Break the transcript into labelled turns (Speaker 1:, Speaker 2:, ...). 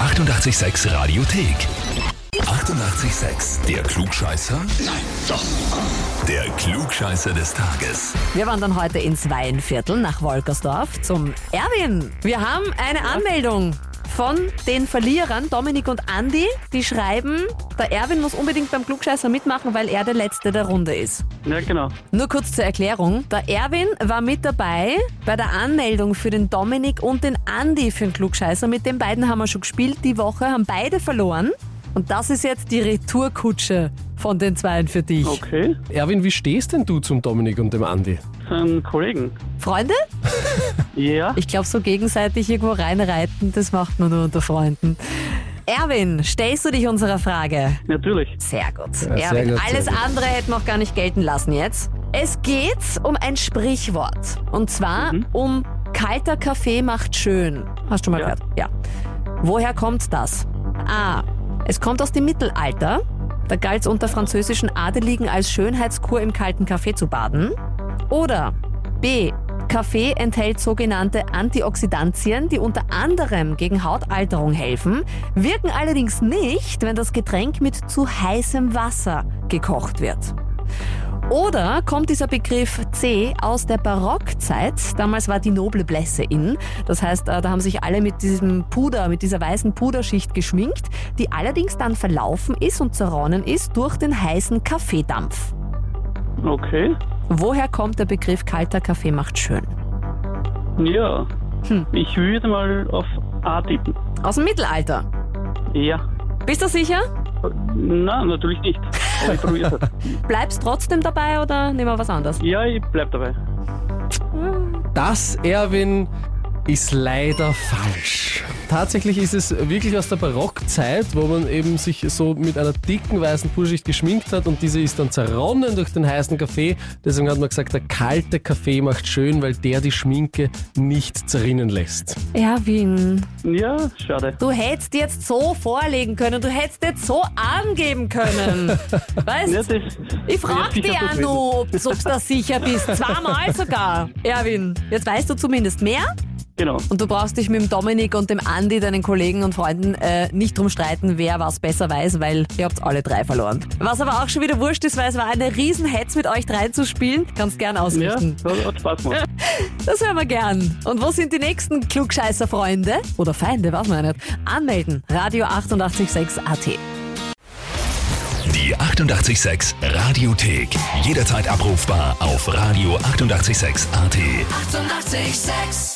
Speaker 1: 886 Radiothek. 88,6. Der Klugscheißer? Nein, doch. Der Klugscheißer des Tages.
Speaker 2: Wir wandern heute ins Weinviertel nach Wolkersdorf zum Erwin. Wir haben eine Anmeldung von den Verlierern Dominik und Andi, die schreiben, der Erwin muss unbedingt beim Klugscheißer mitmachen, weil er der Letzte der Runde ist.
Speaker 3: Ja, genau.
Speaker 2: Nur kurz zur Erklärung. Der Erwin war mit dabei bei der Anmeldung für den Dominik und den Andi für den Klugscheißer. Mit den beiden haben wir schon gespielt. Die Woche haben beide verloren. Und das ist jetzt die Retourkutsche von den Zweien für dich.
Speaker 3: Okay.
Speaker 4: Erwin, wie stehst denn du zum Dominik und dem Andi?
Speaker 3: Sein Kollegen.
Speaker 2: Freunde?
Speaker 3: Ja.
Speaker 2: Ich glaube, so gegenseitig irgendwo reinreiten, das macht man nur unter Freunden. Erwin, stellst du dich unserer Frage?
Speaker 3: Natürlich.
Speaker 2: Sehr gut.
Speaker 4: sehr
Speaker 2: Erwin,
Speaker 4: gut, sehr
Speaker 2: alles
Speaker 4: gut.
Speaker 2: andere hätten wir auch gar nicht gelten lassen jetzt. Es geht um ein Sprichwort. Und zwar
Speaker 4: Mhm.
Speaker 2: um kalter Kaffee macht schön. Hast du mal
Speaker 3: Ja.
Speaker 2: gehört? Ja. Woher kommt das? A. Es kommt aus dem Mittelalter. Da galt es unter französischen Adeligen als Schönheitskur im kalten Kaffee zu baden. Oder B. Kaffee enthält sogenannte Antioxidantien, die unter anderem gegen Hautalterung helfen, wirken allerdings nicht, wenn das Getränk mit zu heißem Wasser gekocht wird. Oder kommt dieser Begriff C aus der Barockzeit? Damals war die noble Blässe in. Das heißt, äh, da haben sich alle mit diesem Puder, mit dieser weißen Puderschicht geschminkt, die allerdings dann verlaufen ist und zerronnen ist durch den heißen Kaffeedampf.
Speaker 3: Okay.
Speaker 2: Woher kommt der Begriff kalter Kaffee macht schön?
Speaker 3: Ja.
Speaker 2: Hm.
Speaker 3: Ich würde mal auf A tippen.
Speaker 2: Aus dem Mittelalter.
Speaker 3: Ja.
Speaker 2: Bist du sicher?
Speaker 3: Na, natürlich nicht. Aber ich probiere es. halt.
Speaker 2: Bleibst trotzdem dabei oder nehmen wir was anderes?
Speaker 3: Ja, ich bleib dabei.
Speaker 4: Das, Erwin, ist leider falsch. Tatsächlich ist es wirklich aus der Barockzeit, wo man eben sich so mit einer dicken weißen Pulschicht geschminkt hat und diese ist dann zerronnen durch den heißen Kaffee. Deswegen hat man gesagt, der kalte Kaffee macht schön, weil der die Schminke nicht zerrinnen lässt.
Speaker 2: Erwin,
Speaker 3: Ja, schade.
Speaker 2: du hättest jetzt so vorlegen können, du hättest jetzt so angeben können.
Speaker 3: Ja,
Speaker 2: weißt?
Speaker 3: das,
Speaker 2: Ich
Speaker 3: Ja,
Speaker 2: frag
Speaker 3: sicher,
Speaker 2: dich ja
Speaker 3: das wissen.
Speaker 2: nur, ob du da sicher bist. Zweimal sogar. Erwin, jetzt weißt du zumindest mehr
Speaker 3: Genau.
Speaker 2: und du brauchst dich mit dem Dominik und dem Andi, deinen Kollegen und Freunden, äh, nicht drum streiten, wer was besser weiß, weil ihr habt alle drei verloren. Was aber auch schon wieder wurscht ist, weil es war eine Riesenhetz mit euch drei zu spielen. Kannst gern
Speaker 3: Ja,
Speaker 2: ausrichten.
Speaker 3: hat hat Spaß gemacht.
Speaker 2: Das hören wir gern. Und wo sind die nächsten Klugscheißer-Freunde? Oder Feinde, weiß man ja nicht. Anmelden. Radio 886 AT.
Speaker 1: Die 88,6 Radiothek. Jederzeit abrufbar auf radio886.at. 88,6.
Speaker 5: Eighty-eight, sex.